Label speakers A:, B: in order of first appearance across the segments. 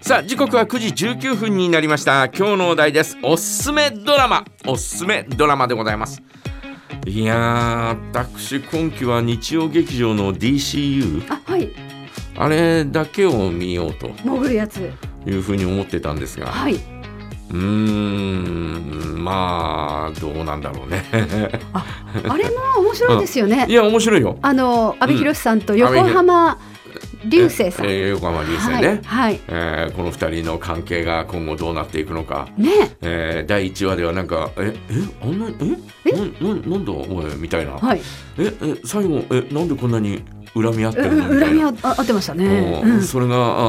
A: さあ時刻は9時19分になりました今日のお題ですおすすめドラマおすすめドラマでございますいやー私今期は日曜劇場の DCU
B: あはい
A: あれだけを見ようと
B: 潜るやつ
A: いうふうに思ってたんですが
B: はいう
A: ーんまあどうなんだろうね
B: あれも面白いですよね
A: いや面白いよ
B: あの阿部寛さんと
A: うん
B: 横浜流星さん、
A: ええ横浜流星ね、
B: はい、はい、
A: えーこの二人の関係が今後どうなっていくのか
B: ね
A: えー第1話ではなんか「ええあんなえなななんだおい」みたいな「
B: はい
A: ええ最後えなんでこんなに恨み合って
B: う
A: るの?」
B: う
A: みた
B: 恨
A: い
B: み
A: な
B: はあ合ってましたね、
A: うん
B: うん、
A: それがあ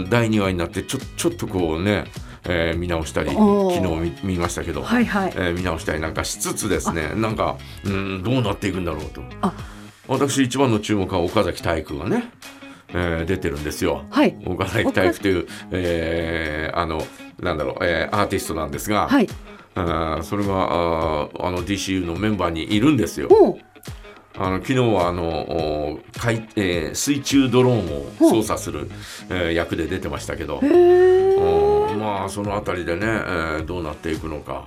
A: ー第2話になってちょちょっとこうね、えー見直したり
B: お
A: 昨
B: ー
A: 日見見ましたけど、
B: はいはい
A: えー見直したりなんかしつつですねなんかうんどうなっていくんだろうと
B: あ
A: 私一番の注目は岡崎体育がね、えー出てるんですよ。
B: はい
A: 岡崎体育という、えーあのなんだろう、えーアーティストなんですが、
B: はい
A: あーそれがあーあの DCU のメンバーにいるんですよ。
B: おう
A: あの昨日はあのお海、えー水中ドローンを操作する、えー役で出てましたけど、
B: へえ
A: おまあその辺りでね、えーどうなっていくのか。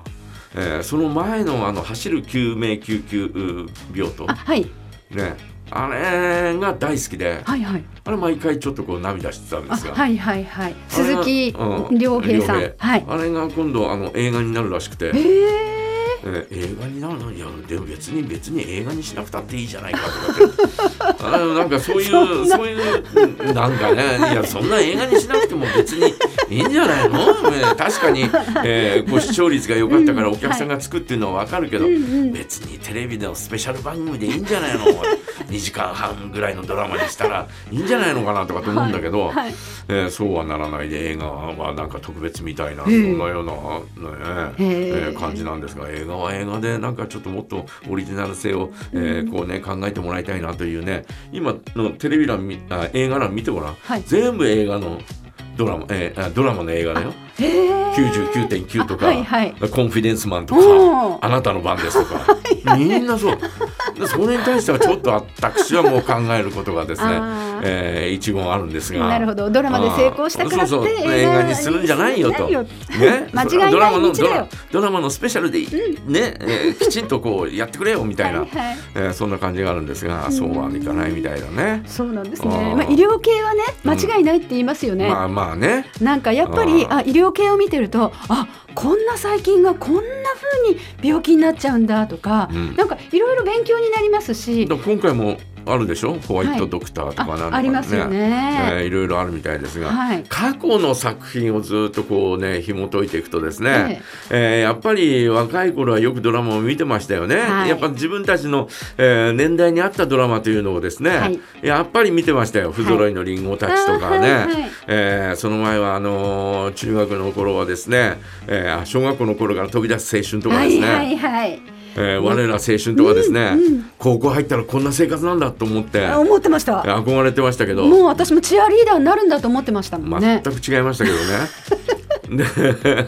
A: えーその前のあの走る救命救急う病棟
B: あはい
A: ねあれが大好きで
B: はいはい
A: あれ毎回ちょっとこう涙してたんで
B: あ
A: すが、
B: はいはいは
A: あ
B: い
A: れ
B: 鈴
A: が
B: 木
A: うん
B: 亮平さん
A: 亮平
B: はい
A: あれが今度あの映画になるらしくて、
B: え
A: えー
B: え
A: 映画になるのいやでも別に別に映画にしなくたっていいじゃないかとかってあのなんかそういうそ
B: そんな
A: ういううんなんかね、い、やそんな映画にしなくても別にいいんじゃないの、ね確かに、えーこう視聴率が良かったから
B: うん
A: お客さんがつくっていうのは分かるけど、
B: うんうん
A: 別にテレビのスペシャル番組でいいんじゃないの2時間半ぐらいのドラマにしたらいいんじゃないのかなとかと思うんだけど。
B: はい
A: えーそうはならないで映画はなんか特別みたいな、
B: ええ
A: そんなような、ね
B: え
A: え
B: え
A: ー感じなんですが映画は映画でなんかちょっともっとオリジナル性を、えーこうね、考えてもらいたいなというね今のテレビ欄みあ映画欄見てごらん、
B: はい
A: 全部映画のドラマ、えーあドラマの映画だよ
B: へえ
A: 99.9とか、
B: あはいはい
A: コンフィデンスマンと
B: お
A: か、
B: ー
A: あなたの番ですと か、みんなそう。でそれに対してはちょっと私はもう考えることがですね
B: あー、
A: えー一言あるんですが。
B: なるほどドラマで成功したからって
A: そうそう映画にするんじゃないよと。
B: 映画に
A: ね
B: 間違いない
A: それはドラマの
B: 道だよ
A: ドラドラマのスペシャルでいい、ね、えーきちんとこうやってくれよみたいな、
B: はいはい
A: えーそんな感じがあるんですが、そうはいかないみたいだね。
B: そうなんです
A: あー
B: ね、まあ、医療系はね間違いないって言いますよね、
A: まあまあね。
B: なんかやっぱり
A: あ
B: あ医療系を見てるとあこんな細菌がこんな風に病気になっちゃうんだとか、
A: うん
B: なんかいろいろ勉強になりますし
A: だから今回もあるでしょホワイトドクターとかなんとか、
B: あ
A: ね
B: ありますよね
A: えーいろいろあるみたいですが、
B: はい
A: 過去の作品をずっとこうね紐解いていくとですね、えーやっぱり若い頃はよくドラマを見てましたよね、
B: はい
A: やっぱ自分たちの、えー年代に合ったドラマというのをですね、
B: はい
A: やっぱり見てましたよ「不揃いのりんごたち」とかね、
B: あーはいはい
A: えーその前はあのー中学の頃はですね、えーあ小学校の頃から飛び出す青春とか
B: は
A: です
B: い
A: ね、
B: はいはい
A: えー我ら青春とかですね、
B: うんうん
A: 高校入ったらこんな生活なんだと思って
B: あ思ってました
A: 憧れてましたけど
B: もう私もチアリーダーになるんだと思ってましたもん
A: 全
B: ね
A: く違いましたけど ね。で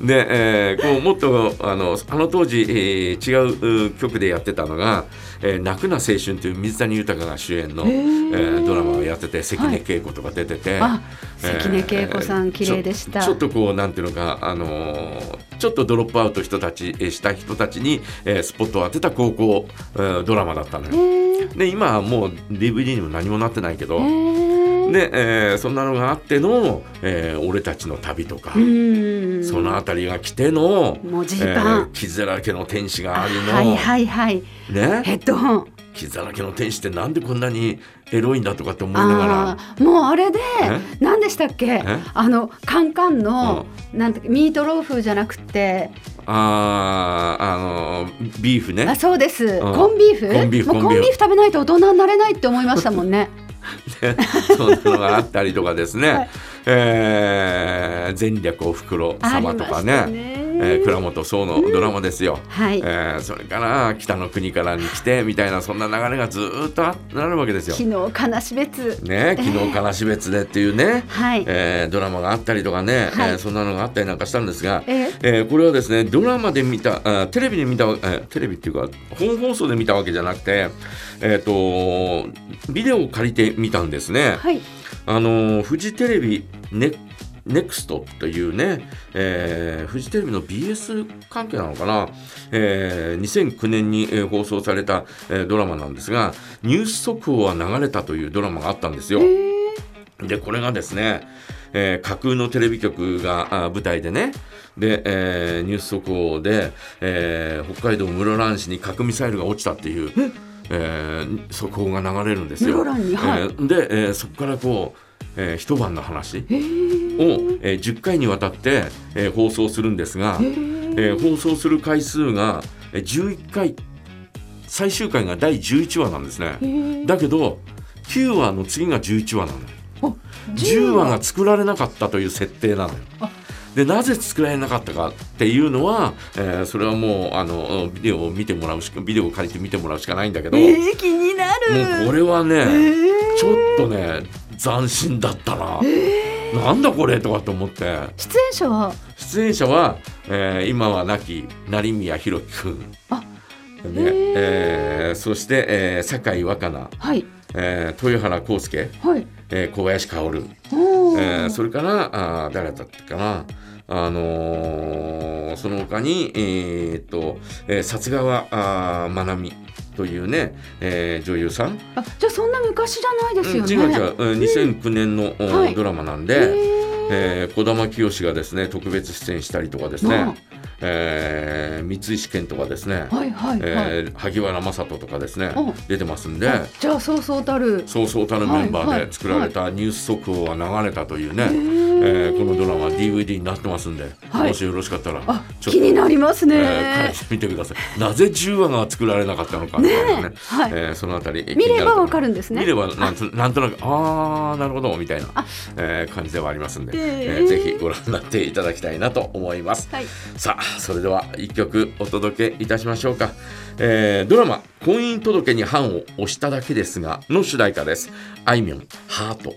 A: で、えーこうもっとあのあの当時、えー違うう曲でやってたのが「えー泣くな青春」という水谷豊が主演の、え
B: へー
A: ードラマをやってて関根恵子とか出てて、
B: あ
A: えー
B: 関根恵子さん綺麗でした
A: ちょちょっとこうなんていうのか、あのーちょっとドロップアウト人たちえーした人たちに、えースポットを当てた高校、えードラマだったの
B: へ
A: よ。
B: ー
A: で今はもう DVD にも何もなってないけど。
B: へー
A: で、えーそんなのがあっての、えー俺たちの旅とか、
B: うん
A: そのあたりが来ての、
B: もうジーパン
A: ー傷だらけの天使がありの、
B: はいはいはいヘ
A: ね、
B: ッドホン
A: 傷だらけの天使ってなんでこんなにエロいんだとかって思いなが
B: あ
A: ら。
B: あーもうあれで
A: え
B: 何でしたっけ
A: え
B: あのカンカンの、なんてミートローフじゃなくて
A: あーあのービーフね
B: あそうです、
A: ん
B: コンビーフ
A: コンビーフ
B: もう
A: コ
B: コ
A: ン
B: ン
A: ビ
B: ビ
A: ーフ
B: ーフ食べないと大人になれないって思いましたも んね
A: ね そんなのがあったりとかですね、
B: はい
A: えー前略おふくろ
B: あり
A: 様
B: ま
A: とか
B: し
A: ね
B: たね
A: えー倉本壮のドラマですよ。
B: はい、
A: えーそれから北の国からに来てみたいなそんな流れがずーっとあなるわけですよ。
B: 昨日悲し別
A: ね、昨日からし別でっていうね、
B: はい
A: えードラマがあったりとかね、
B: はい
A: えーそんなのがあったりなんかしたんですが、
B: え
A: えーこれはですねドラマで見たあテレビで見た、えーテレビっていうか本放送で見たわけじゃなくて、えー、とビデオを借りて見たんですね。
B: はい
A: あのーフジテレビネネクストというね、えーフジテレビの BS 関係なのかな、えー2009年に、えー放送された、えードラマなんですが「ニュース速報は流れた」というドラマがあったんですよ。でこれがですね、えー架空のテレビ局があ舞台でねで、えーニュース速報で、えー北海道室蘭市に核ミサイルが落ちたっていう、えー速報が流れるんですよ。
B: 室蘭にはい
A: えーで、えーそこからこう、えー一晩の話を、
B: へー
A: えー10回にわたって、えー放送するんですが、
B: へ
A: え
B: ー
A: ー放送する回数がえー11回最終回が第11話なんですね。
B: へー
A: だけど9話の次が11話なのよ。
B: あ
A: 10話が作られなかったという設定なのよ
B: あ。
A: でなぜ作られなかったかっていうのは、えーそれはもうあのビデオを見てもらうしかビデオを借りて見てもらうしかないんだけど、
B: えー、気にな
A: もうこ
B: る
A: れはね、
B: えー
A: ちょっとね斬新だったな、なんだこれとかって思って
B: 出演者は
A: 出演者は、えー今は亡き成宮宏樹くん、ね
B: あへー
A: えーそして、えー酒井若菜、
B: はい
A: えー豊原康介、
B: はい
A: えー小林薫
B: おー
A: えーそれからあー誰だったかなあのーその他にえーっと、えー、殺川あーまなみというね、えー女優さん、
B: あじゃあそんな昔じゃないですよね、
A: うん違う違ううん2009年の、お
B: はい
A: ドラマなん
B: へ
A: で、
B: ー
A: えー、児玉清がですね特別出演したりとかです
B: ま
A: ね
B: あ、
A: えー、三石健とかですね、
B: はいはいはい、
A: えー萩原雅人とかですね
B: うん
A: 出てますんで。
B: あじゃあそうそうたる
A: そうそうたるメンバ
B: は
A: ー
B: いは
A: で
B: い
A: 作られた「ニュース速報は流れた」というね、
B: ー
A: えーこのドラマ DVD になってますんで、
B: はい
A: もしよろしかったら
B: あ
A: ちょっと
B: 気になりますね、
A: えー書いてみてくださいなぜ10話が作られなかったのかみたいなね
B: ねえはい
A: えーそのあたり
B: 見ればわかるんですね
A: 見ればなんとなんとなくああなるほどみたいな
B: あ、
A: えー感じではありますんで、えー
B: えー
A: ぜひご覧になっていただきたいなと思います。
B: はい
A: さあそれでは一曲お届けいたしましょうか、えードラマ「婚姻届に判を押しただけですが」の主題歌ですあいみょん「ハート」